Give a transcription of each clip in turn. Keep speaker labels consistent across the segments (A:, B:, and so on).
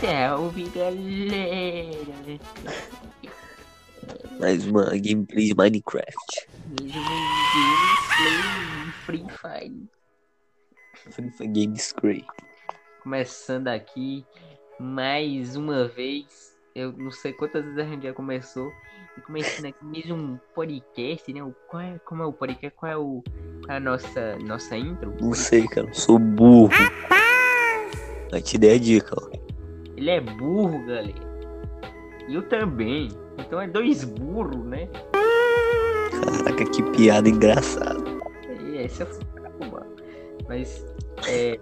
A: Salve galera!
B: Mais uma gameplay de Minecraft.
A: Mais um gameplay de Free Fire.
B: Free Fire Game Screen.
A: Começando aqui mais uma vez. Eu não sei quantas vezes a gente já começou. E começando aqui mais um podcast, né? O- Qual é, como é o podcast? Qual é o, qual é a nossa, nossa intro?
B: Não sei, cara. Sou burro. Vai te dar a dica, ó.
A: Ele é burro, galera. E eu também. Então é dois burros, né?
B: Caraca, que piada engraçada.
A: E esse é o mano. Mas é, é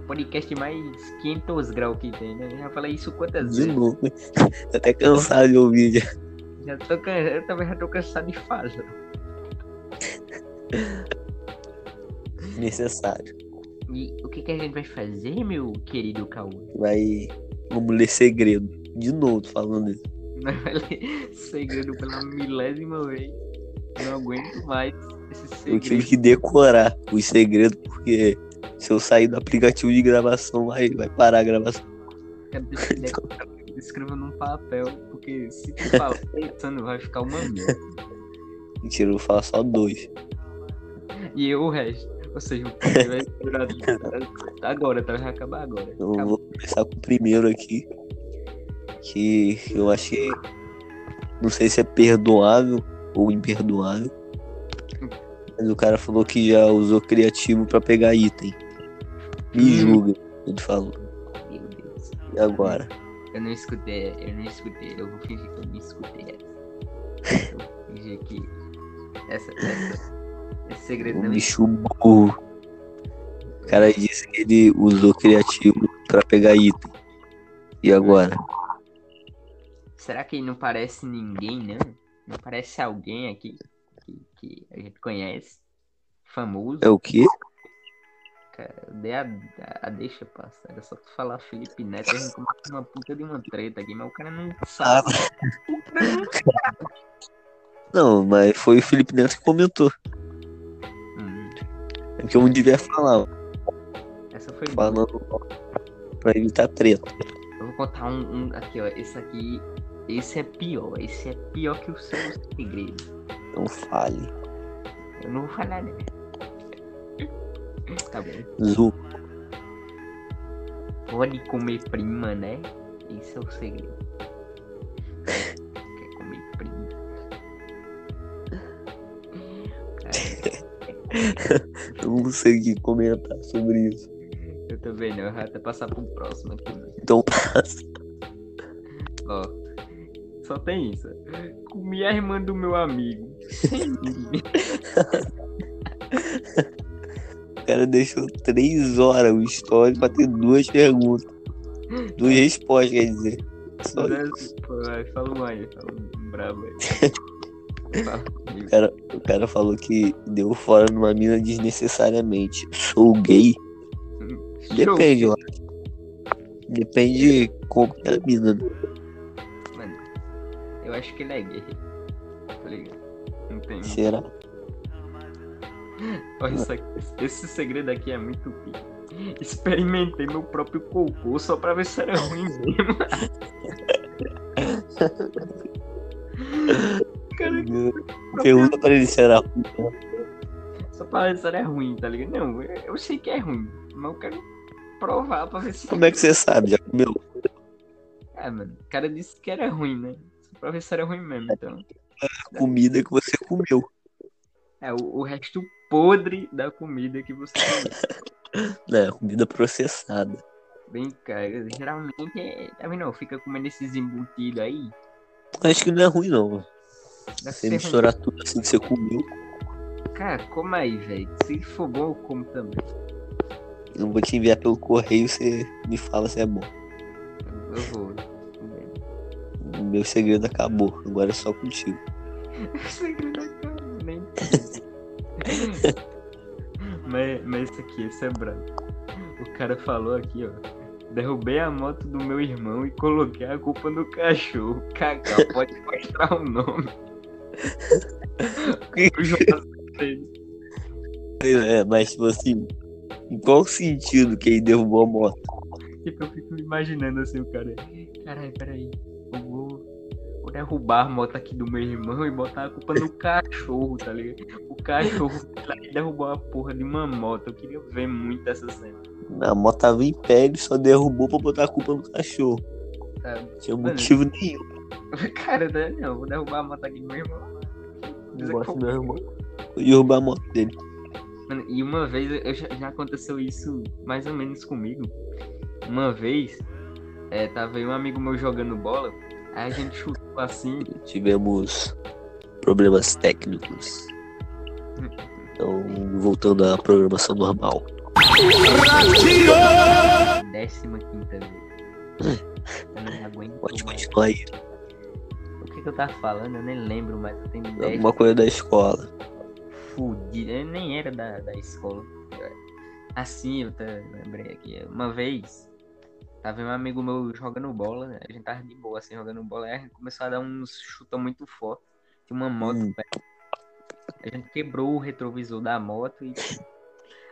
A: o podcast mais 500 graus que tem, né? Eu já falei isso quantas
B: De
A: vezes.
B: novo. Tô até cansado de ouvir já.
A: Já tô, can- eu também já tô cansado de falar.
B: Necessário.
A: E o que, que a gente vai fazer, meu querido Cauã?
B: Vai. Vamos ler segredo. De novo, tô falando isso.
A: Nós vai ler segredo pela milésima vez. Não aguento mais esse
B: Eu tive
A: segredo.
B: que decorar os segredos, porque se eu sair do aplicativo de gravação, vai, vai parar a gravação.
A: Quero defender que eu Escreva num papel, porque se tu falar pensando, vai ficar uma merda.
B: Mentira, eu vou falar só dois.
A: E eu o resto. Ou seja, o primeiro vai durar agora, tá? Vai acabar agora.
B: Eu
A: Acabou.
B: vou começar com o primeiro aqui. Que eu achei. Não sei se é perdoável ou imperdoável. Mas o cara falou que já usou criativo pra pegar item. Me
A: Hum.
B: julga, ele falou.
A: Meu Deus.
B: E agora?
A: Eu não escutei, eu não escutei, eu vou fingir que eu não escutei essa. Eu vou fingir que essa, essa, esse segredo
B: O
A: não existe.
B: Um bicho burro. O cara disse que ele usou criativo pra pegar item. E agora?
A: Será que não parece ninguém, não? Não parece alguém aqui que, que a gente conhece? Famoso?
B: É o quê?
A: Eu dei a, a- a deixa passar, era só tu falar Felipe Neto, a gente começa uma puta de uma treta aqui, mas o cara não sabe. O cara não...
B: Não, mas foi o Felipe Neto que comentou.
A: Hum,
B: É porque eu não devia falar.
A: essa foi boa.
B: falando pra tá evitar treta.
A: Eu vou contar um, um aqui, ó. Esse aqui. Esse é pior. Esse é pior que o seu segredo.
B: Não fale.
A: Eu não vou falar, né? Tá bom.
B: Zoom.
A: Pode comer prima, né? Esse é o segredo. Quer comer prima. Cara,
B: Eu não sei o que comentar sobre isso.
A: eu tô vendo, eu vou até passar pro próximo aqui. né?
B: Então passa.
A: Ó. Só tem isso. Comi a irmã do meu amigo.
B: O cara deixou três horas o story pra ter duas perguntas. Duas respostas, quer dizer. Só
A: Né?
B: isso.
A: Pô, vai, Fala um aí, fala um brabo aí. Fala comigo.
B: O cara falou que deu fora numa mina desnecessariamente. Sou gay?
A: Show.
B: Depende, eu acho. Depende de como que é a mina. né?
A: Eu acho que ele é gay. Tá ligado? Não tem.
B: Será?
A: Olha isso aqui. Esse segredo aqui é muito pico. Experimentei meu próprio cocô só pra ver se era ruim mesmo. Cara,
B: Pergunta pra ele, será?
A: só pra ver se era ruim, tá ligado? Não, eu eu sei que é ruim, mas eu quero provar pra ver se.
B: Como é que você sabe? Já comeu?
A: Ah, mano, o cara disse que era ruim, né? Só pra ver se era ruim mesmo, então.
B: comida que você comeu.
A: É, o, o resto podre da comida que você come.
B: Né? Comida processada.
A: Bem, cara, geralmente é. Tá vendo? não? Fica comendo esses embutidos aí.
B: Acho que não é ruim, não.
A: Dá
B: Você
A: pra ser ruim.
B: misturar tudo assim que você comeu.
A: Cara, coma aí, velho. Se for bom, eu como também.
B: Eu vou te enviar pelo correio, você me fala se é bom.
A: Eu, eu vou.
B: O meu segredo acabou. Agora é só contigo.
A: Segredo é cara, nem. mas, mas isso aqui, isso é brabo. O cara falou aqui, ó. Derrubei a moto do meu irmão e coloquei a culpa no cachorro. Cacá, pode mostrar o nome. o Jonas dele.
B: É, mas tipo assim, em qual sentido que ele derrubou a moto?
A: Tipo, eu fico me imaginando assim, o cara. Caralho, peraí. Eu vou, vou derrubar a moto aqui do meu irmão e botar a culpa no cachorro, tá ligado? O cachorro foi lá e derrubou a porra de uma moto. Eu queria ver muito essa cena.
B: A moto tava em pé, ele só derrubou pra botar a culpa no cachorro.
A: sabe?
B: Não tinha
A: Mano,
B: motivo nenhum.
A: Cara, né? não, eu vou derrubar a moto aqui do meu irmão. é
B: Não gosto de derrubar. Derrubar a moto dele.
A: Mano, e uma vez eu já, já aconteceu isso mais ou menos comigo. Uma vez, é, tava aí um amigo meu jogando bola, aí a gente chutou assim,
B: Tivemos problemas técnicos. Então, voltando à programação normal.
A: décima quinta vez. Eu não aguento
B: Pode
A: mais.
B: continuar aí.
A: O que, que eu tava falando? Eu nem lembro, mas eu tenho 10
B: Alguma coisa da escola.
A: fudida. Eu nem era da, da escola. Assim, eu tá- lembrei aqui. Uma vez, tava um amigo meu jogando bola, né? a gente tava de boa assim, jogando bola, aí a gente começou a dar uns chutão muito forte. Tinha uma moto
B: Hum.
A: perto. A gente quebrou o retrovisor da moto e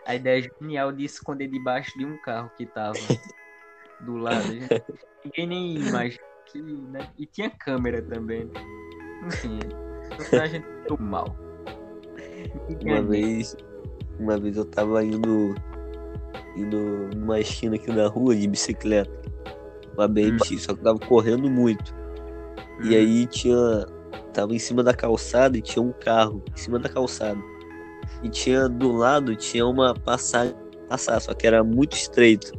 A: a ideia genial de esconder debaixo de um carro que tava do lado. A gente- Ninguém nem imagina que, né? E tinha câmera também. Enfim, a gente deu mal.
B: Uma vez. Uma vez eu tava indo. Indo numa esquina aqui na rua de bicicleta. Uma BMX, só que eu tava correndo muito. E aí tinha. Tava em cima da calçada e tinha um carro. Em cima da calçada. E tinha do lado, tinha uma passagem pra passar, só que era muito estreito.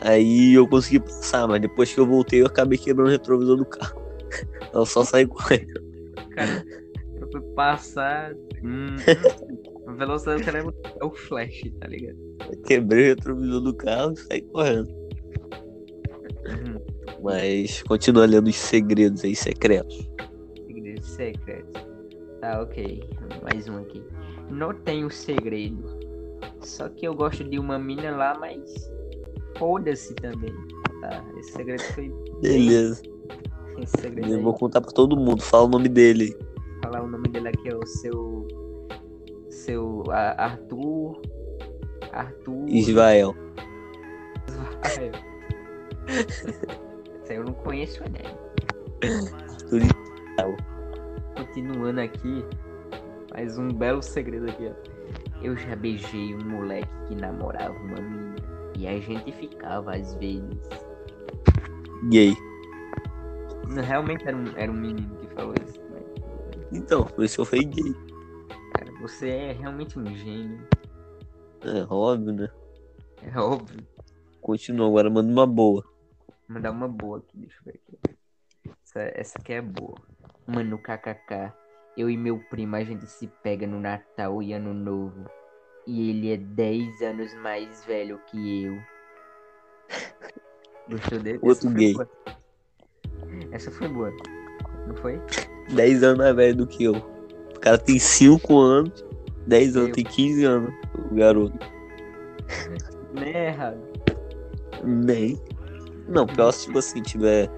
B: Aí eu consegui passar, mas depois que eu voltei eu acabei quebrando o retrovisor do carro. Eu só saí correndo.
A: cara, eu fui passar. Hum, a velocidade do cara é o flash, tá ligado?
B: Quebrei o retrovisor do carro e saí correndo.
A: Uhum.
B: Mas continua lendo os segredos aí secretos.
A: Segredo secreto. Tá, ok. Mais um aqui. Não tenho segredo. Só que eu gosto de uma mina lá, mas. Foda-se também. Tá, esse segredo foi.
B: Beleza.
A: Esse segredo
B: Eu
A: aí.
B: vou contar pra todo mundo. Fala o nome dele.
A: falar o nome dele aqui, é o seu. Seu. a- Arthur. Arthur.
B: Israel.
A: Esse aí eu não conheço né?
B: Turi-
A: Continuando aqui, mais um belo segredo aqui, ó. Eu já beijei um moleque que namorava uma menina. E a gente ficava às vezes.
B: Gay.
A: Não, Realmente era um, era um menino que falou isso, né?
B: Então, por isso que eu falei gay.
A: Cara, você é realmente um gênio.
B: É óbvio, né?
A: É óbvio.
B: Continua agora, manda uma boa.
A: Vou mandar uma boa aqui, deixa eu ver aqui. Essa, essa aqui é boa. Mano, kkk. Eu e meu primo, a gente se pega no Natal e Ano Novo. E ele é 10 anos mais velho que eu. Gostou dele?
B: Outro
A: Essa foi
B: gay.
A: boa. Essa foi boa. Não foi?
B: 10 anos mais velho do que eu. O cara tem 5 anos, 10 anos,
A: Eu.
B: tem 15 anos, o garoto.
A: Né, errado.
B: Nem. Não, pior se tipo assim, tiver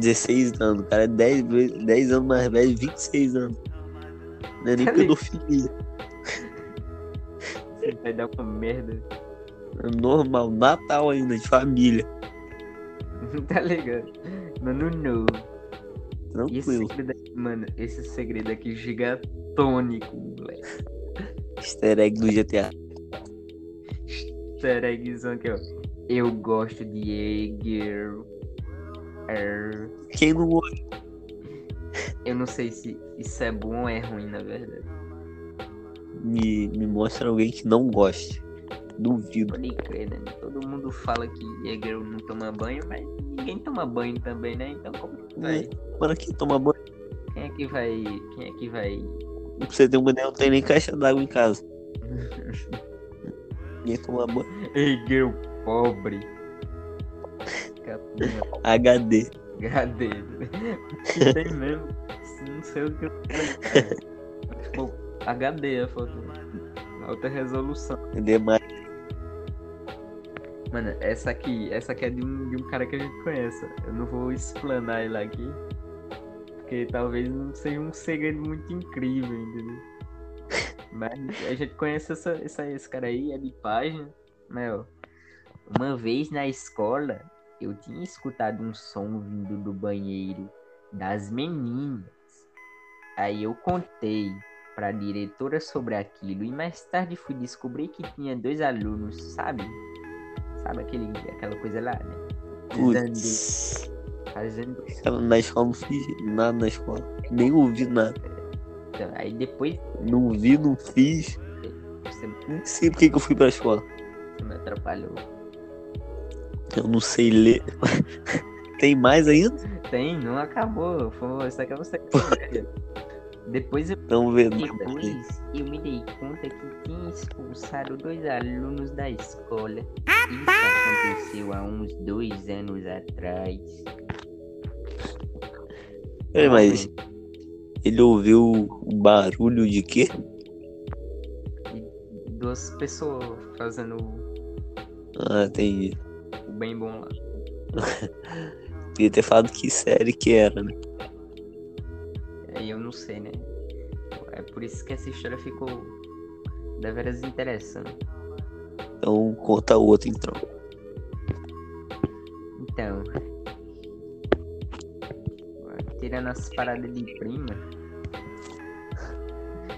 B: 16 anos, o cara é 10, ve- 10 anos mais velho, 26 anos. Não é nem
A: Cadê?
B: pedofilia.
A: Você vai dar uma merda.
B: É normal, Natal ainda, de família.
A: tá ligado? Mano, novo. E esse
B: Tranquilo.
A: segredo aqui, mano, esse segredo aqui gigatônico, moleque.
B: Easter egg do GTA.
A: Easter eggzão aqui, ó. Eu gosto de Jäger. Er.
B: Quem não gosta?
A: Eu não sei se isso é bom ou é ruim, na verdade.
B: me, me mostra alguém que não goste. Duvido.
A: Pode crer, né? Todo mundo fala que Jäger não toma banho, mas ninguém toma banho também, né? Então como que
B: Tá
A: vai?
B: Hum, Mano, aqui toma banho.
A: Quem é que vai. Quem é que vai.
B: Pra você ter uma ideia, eu não tenho nem caixa d'água em casa. Ninguém toma banho.
A: Jäger pobre. Capinha.
B: HD.
A: HD. Que tem mesmo. Não sei o que eu Tipo, HD a foto. Alta resolução.
B: É demais.
A: Mano, essa aqui, essa aqui é de um, de um cara que a gente conhece. Eu não vou explanar ele aqui. Porque talvez não seja um segredo muito incrível, entendeu? Mas a gente conhece essa, essa, esse cara aí, é de página, né, ó. Uma vez na escola, eu tinha escutado um som vindo do banheiro das meninas. Aí eu contei para a diretora sobre aquilo e mais tarde fui descobrir que tinha dois alunos, sabe? Sabe aquele, aquela coisa lá, né?
B: Putz.
A: Fazendo.
B: Cara, na escola não fiz nada na escola. Nem ouvi nada.
A: Então, aí depois
B: Não vi, não fiz.
A: você
B: Nem sei por que que eu fui pra escola.
A: você me atrapalhou.
B: Eu não sei ler. Tem mais ainda?
A: Tem, não acabou. Foi, só que você. Depois eu
B: Não vê.
A: Depois eu me dei conta que tinha expulsado dois alunos da escola. Isso aconteceu há uns dois anos atrás. Então,
B: É, mas
A: assim,
B: ele ouviu o barulho de quê?
A: Duas pessoas fazendo
B: Ah, entendi.
A: o bem bom lá.
B: Podia ter falado que série que era, né?
A: Aí eu não sei, né? É por isso que essa história ficou deveras interessante.
B: Então conta outra então.
A: Então. Tirando as paradas de prima.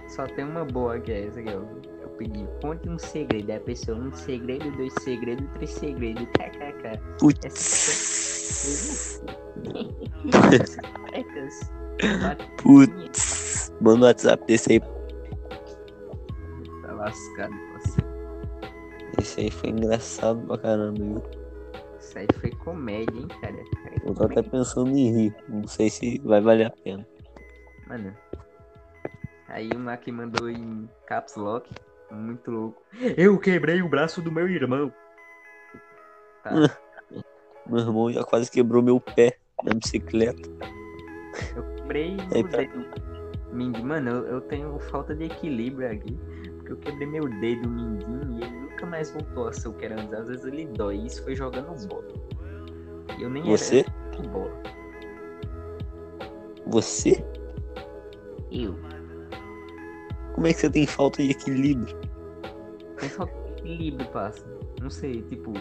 A: Só tem uma boa que é essa que eu, eu pedi. Conte um segredo. Aí a pessoa, um segredo, dois segredos, três segredos. KKK.
B: Putz.
A: Carecas.
B: Putz. Manda o WhatsApp desse aí.
A: Tá lascado, parceiro.
B: Esse aí foi engraçado pra caramba, viu?
A: Isso aí foi comédia, hein, cara.
B: Eu tô até pensando em rir. Não sei se vai valer a pena.
A: Mano. Aí o Mac mandou em caps lock. Muito louco. Eu quebrei o braço do meu irmão. Tá.
B: Meu irmão já quase quebrou meu pé na bicicleta.
A: Eu quebrei
B: Aí,
A: o
B: pra-
A: dedo. Mindinho, mano, eu, eu tenho falta de equilíbrio aqui. Porque eu quebrei meu dedo mindinho e ele nunca mais voltou a ser o que era antes. Às vezes ele dói. E isso foi jogando bola. E eu nem
B: Você?
A: era tipo de bola.
B: Você?
A: Eu.
B: Como é que você tem falta de equilíbrio?
A: Mas falta de equilíbrio, passa. Não sei, tipo.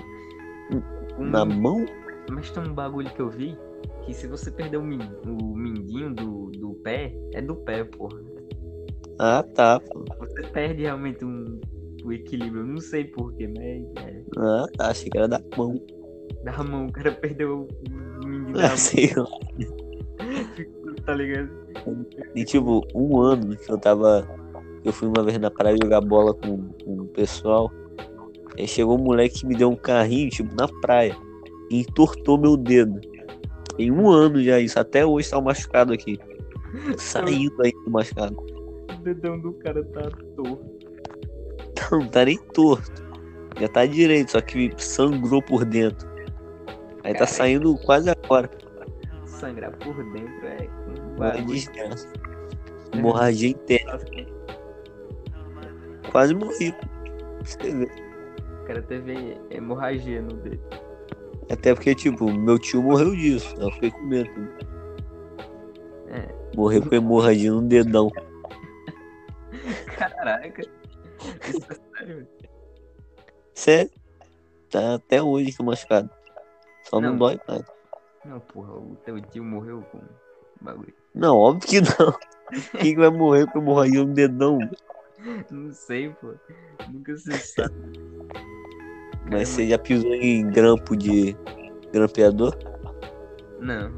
A: um-
B: Na mão?
A: Mas tem um bagulho que eu vi que se você perder o, min, o mindinho do, do pé, é do pé, porra.
B: Ah, tá. pô.
A: Você perde realmente um, o equilíbrio. Eu não sei porquê, mas. É,
B: Ah, tá. Achei que era da mão.
A: da mão, o cara perdeu o mindinho da
B: Ah,
A: mão.
B: sei lá.
A: tá ligado?
B: E tipo, um ano que eu tava. Eu fui uma vez na praia jogar bola com, com o pessoal. Aí chegou um moleque que me deu um carrinho, tipo, na praia. E entortou meu dedo. Tem um ano já isso. Até hoje tá o machucado aqui. Saindo aí do machucado.
A: O dedão do cara tá torto.
B: Não tá nem torto. Já tá direito, só que sangrou por dentro. Aí tá
A: Caraca.
B: saindo quase agora.
A: Sangrar por dentro é um
B: Uma
A: bagulho.
B: desgraça. Hemorragia interna. Quase morri. Você vê.
A: O cara teve hemorragia no dedo.
B: Até porque, tipo, meu tio morreu disso. Eu fiquei com medo.
A: É.
B: Morreu com hemorragia no dedão.
A: Caraca. Isso é sério.
B: Sério? Tá até hoje que machucado. Só não,
A: Não.
B: dói mais.
A: Não, porra, o teu tio morreu com um bagulho.
B: Não, óbvio que não. Quem que vai morrer com hemorragia no dedão?
A: Não sei, pô. Nunca se sabe. Cara,
B: Mas você já pisou em grampo de grampeador?
A: Não.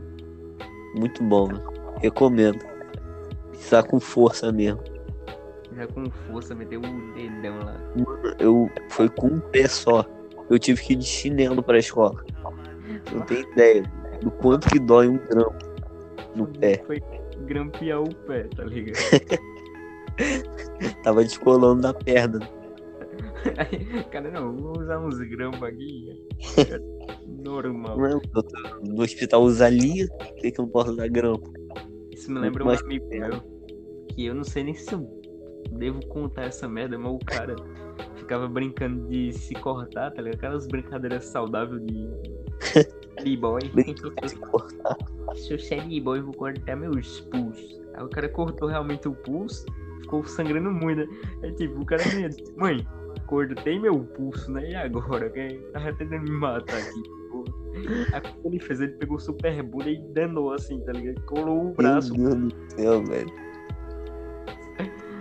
B: Muito bom, mano. Recomendo. Pisar com força mesmo.
A: Já com força meteu o dedão lá.
B: Eu foi com um pé só. Eu tive que ir de chinelo pra escola. Você Não tem ideia do quanto que dói um grampo no pé.
A: Foi grampear o pé, tá ligado?
B: Tava descolando da perna.
A: Aí, cara, não, vou usar uns grampos aqui. Normal.
B: Não, eu tô no hospital usa linha, por que que eu não posso usar grampo?
A: Isso me lembra um
B: Mas-
A: amigo meu que eu não sei nem se eu devo contar essa merda, mas o cara ficava brincando de se cortar, tá ligado? Aquelas brincadeiras saudáveis de. de boy. Então,
B: Brincadeira de cortar.
A: Se eu ser de boy, eu vou cortar meus pulsos. É Aí o cara cortou realmente o pulso, ficou sangrando muito, né? Aí tipo, o cara me disse, mãe, cortei meu pulso, né? E agora? Quem tava tentando me matar aqui. pô. Aí o que ele fez? Ele pegou o super bunda e danou assim, tá ligado? Colou o braço.
B: Meu Deus do céu, velho.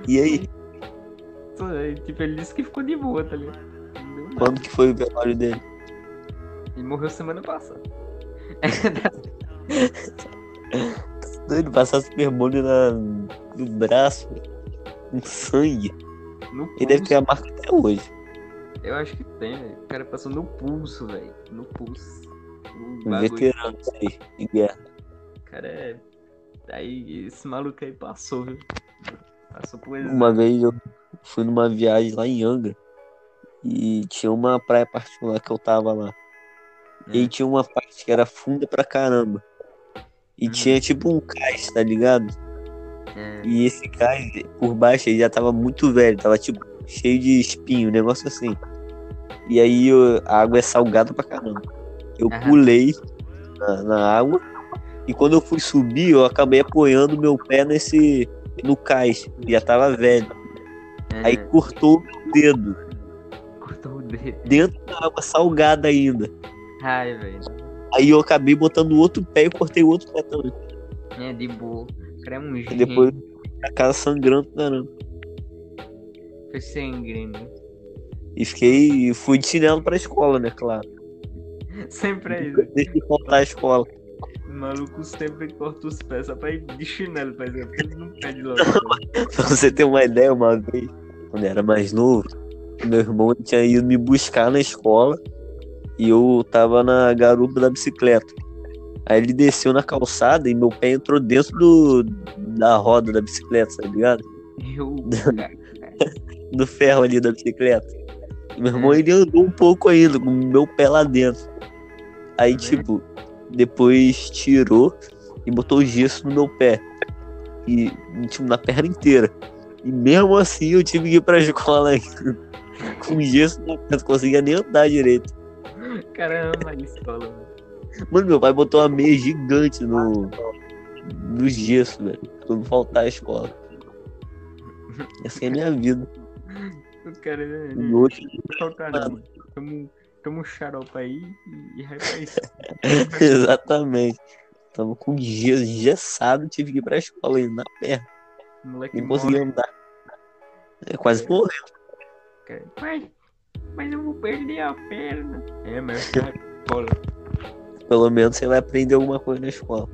B: E aí,
A: Aí, Tipo, ele disse que ficou de boa, tá ligado? Não deu nada.
B: quando que foi o velório dele?
A: Ele morreu semana passada.
B: Ele passar superbone na... no braço, velho. Com sangue.
A: No
B: Ele deve
A: pulso.
B: ter a marca até hoje.
A: Eu acho que tem, velho. O cara passou no pulso, velho. No pulso. Um
B: Um
A: bagulho.
B: veterano aí, de guerra.
A: Cara, é. Aí, esse maluco aí passou, viu? Passou por ele.
B: Uma vez eu fui numa viagem lá em Angra. E tinha uma praia particular que eu tava lá. E
A: Hum.
B: aí tinha uma parte que era funda pra caramba. E
A: Uhum.
B: tinha tipo um cais, tá ligado?
A: É,
B: E esse cais, por baixo, ele já tava muito velho, tava tipo cheio de espinho, um negócio assim. E aí eu- a água é salgada pra caramba. Eu
A: Aham.
B: pulei na, na água e quando eu fui subir, eu acabei apoiando meu pé nesse. no cais. Já tava velho.
A: é,
B: Aí cortou o meu dedo.
A: cortou o dedo.
B: Dentro da água salgada ainda.
A: Ai, velho.
B: Aí eu acabei botando o outro pé e cortei o outro pé também.
A: É, de boa. O cara é um
B: E
A: gênio.
B: depois a cara sangrando caramba.
A: Foi sangrando.
B: E fiquei. fui de chinelo pra escola, né? Claro.
A: Sempre é isso.
B: Deixa eu contar a escola.
A: O maluco sempre corta os pés só pra ir de chinelo, por exemplo. Ele não pede logo.
B: Pra você ter uma ideia, uma vez, quando eu era mais novo, meu irmão ele tinha ido me buscar na escola e eu tava na garupa da bicicleta. Aí ele desceu na calçada e meu pé entrou dentro do, da roda da bicicleta, tá ligado?
A: Eu.
B: No ferro ali da bicicleta. E meu irmão ele andou um pouco ainda, com o meu pé lá dentro. Aí, tipo, depois tirou e botou gesso no meu pé. E, tipo, na perna inteira. E mesmo assim eu tive que ir pra escola ainda. com gesso no pé, não conseguia nem andar direito.
A: Caramba, a escola, velho.
B: Mano, meu pai botou uma meia gigante no, no gesso, velho. Pra não faltar a escola. Essa é a minha vida.
A: O cara.
B: E
A: Uhum.
B: hoje
A: Falta nada. Toma um- toma um xarope aí e vai pra isso.
B: Exatamente. Tava com gesso engessado, tive que ir pra escola ainda na perna.
A: O moleque
B: Nem conseguia andar. É, quase morreu.
A: morre, cara. Mas, mas eu vou perder a perna. É, mas eu quero escola.
B: Pelo menos você vai aprender alguma coisa na escola.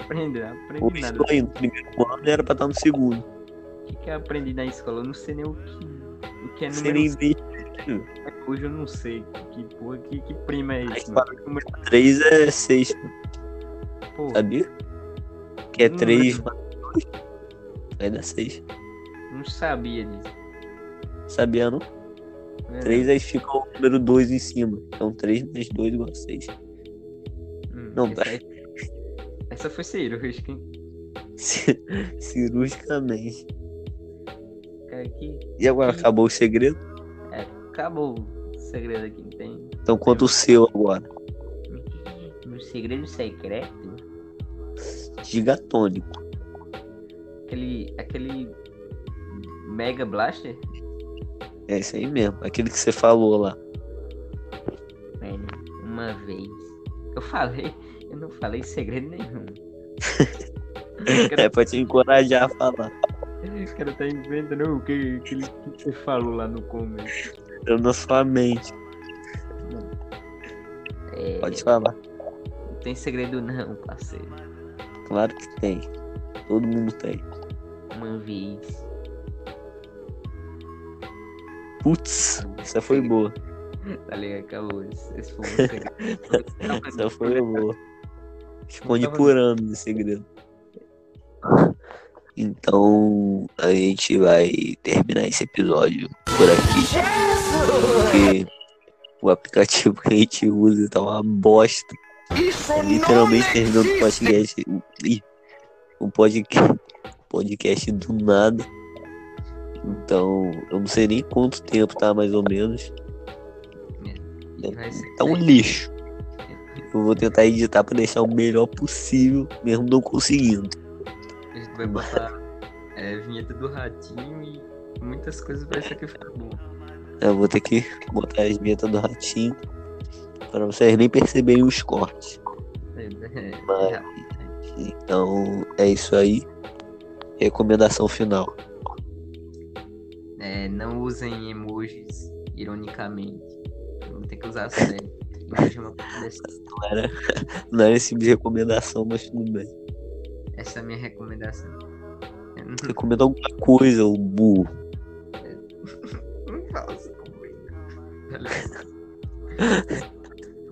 A: Aprende, não aprende
B: Hoje
A: nada.
B: estou indo. Primeiro ano era pra estar no segundo.
A: O que, que eu aprendi na escola? Eu não sei nem o que, o que é
B: Você
A: número
B: nem
A: cinco.
B: vê.
A: Hoje eu não sei. Que porra, que, que prima é
B: Aí
A: isso?
B: fala. Três é seis,
A: Pô,
B: sabia? Que é
A: Hum.
B: três mais dois. Aí dá seis.
A: não sabia disso.
B: Sabia não?
A: né?
B: Três aí fica o número dois em cima. Então três mais dois igual a seis.
A: Hum,
B: não,
A: essa,
B: tá.
A: essa foi cirúrgica, hein?
B: Ci- Cirurgicamente.
A: Cara, que
B: E agora acabou o segredo?
A: acabou o segredo aqui, não tem?
B: Então conta o seu agora.
A: Meu segredo secreto?
B: Gigatônico.
A: Aquele. aquele. Mega Blaster?
B: É isso aí mesmo, aquele que você falou lá.
A: Velho, uma vez. Eu falei, eu não falei segredo nenhum. O
B: É
A: cara,
B: pra te encorajar a falar.
A: o cara tá inventando o que, que, ele- que você falou lá no começo.
B: Eu na sua mente.
A: É,
B: Pode falar.
A: não tem segredo não, parceiro.
B: Claro que tem. Todo mundo tem.
A: Uma vez.
B: Putz, essa foi boa.
A: Tá ligado? Acabou. Esse, esse foi o segredo.
B: Essa foi boa. Esconde por anos esse segredo. Então a gente vai terminar esse episódio por aqui. Porque o aplicativo que a gente usa tá uma bosta. É
A: É
B: literalmente terminando o podcast. Ih, O podcast, podcast do nada. Então, eu não sei nem quanto tempo tá, mais ou menos. Tá um lixo. Eu vou tentar editar pra deixar o melhor possível, mesmo não conseguindo.
A: A gente vai botar é, vinheta do ratinho e muitas coisas pra isso aqui ficar bom.
B: Eu vou ter que botar as vinhetas do ratinho para vocês nem perceberem os cortes.
A: é,
B: Mas- Então é isso aí. Recomendação final.
A: É, não usem emojis ironicamente. Vão ter que usar sério. Emoji é uma coisa dessa-
B: Não era, não era esse tipo de recomendação, mas tudo bem.
A: Essa é a minha recomendação. Eu não-
B: Recomenda alguma coisa, o burro.
A: Não fala assim comigo.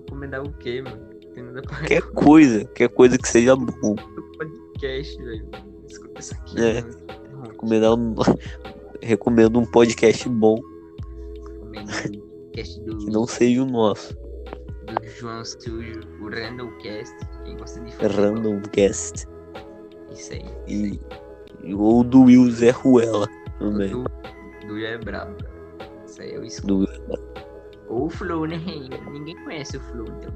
A: Recomendar o quê, mano? Tem nada pra
B: Qualquer coisa, qualquer coisa que seja bom.
A: podcast, velho. Escuta isso aqui.
B: É.
A: mano.
B: Recomendar um, recomendo um podcast bom
A: Recomendo o podcast do,
B: que não seja o nosso.
A: do João Sujo, o Randallcast. Quem gosta de futebol,
B: Randomcast.
A: Isso aí.
B: E, e ou do Will Zé Ruela também.
A: Do, do é brabo, cara. Isso aí eu escuto.
B: Do,
A: Ou o Flow, né? Ninguém conhece o Flow, então.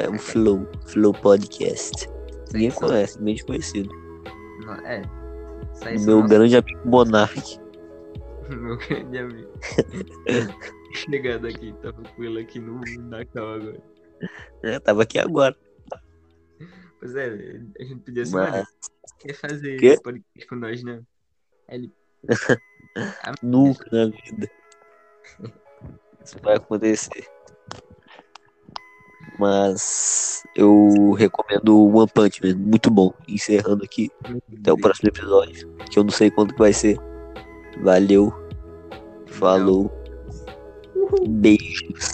B: é o Flow, Flow Podcast.
A: Isso aí
B: Ninguém
A: só-
B: conhece, bem desconhecido.
A: no- É. Isso aí
B: Do
A: só
B: meu
A: nós-
B: grande amigo Monark.
A: Meu grande amigo. Chegando aqui, tava com ele aqui no Natal agora.
B: É, tava aqui agora.
A: Pois é, a gente podia se
B: Mas
A: quer fazer
B: Quê?
A: podcast com nós, né? não. Aí Ele,
B: nunca na vida. Isso vai acontecer. Mas eu recomendo One Punch Man, muito bom. Encerrando aqui. Até
A: Uhum.
B: o próximo episódio. Que eu não sei quando que vai ser. Valeu. Falou. Beijos.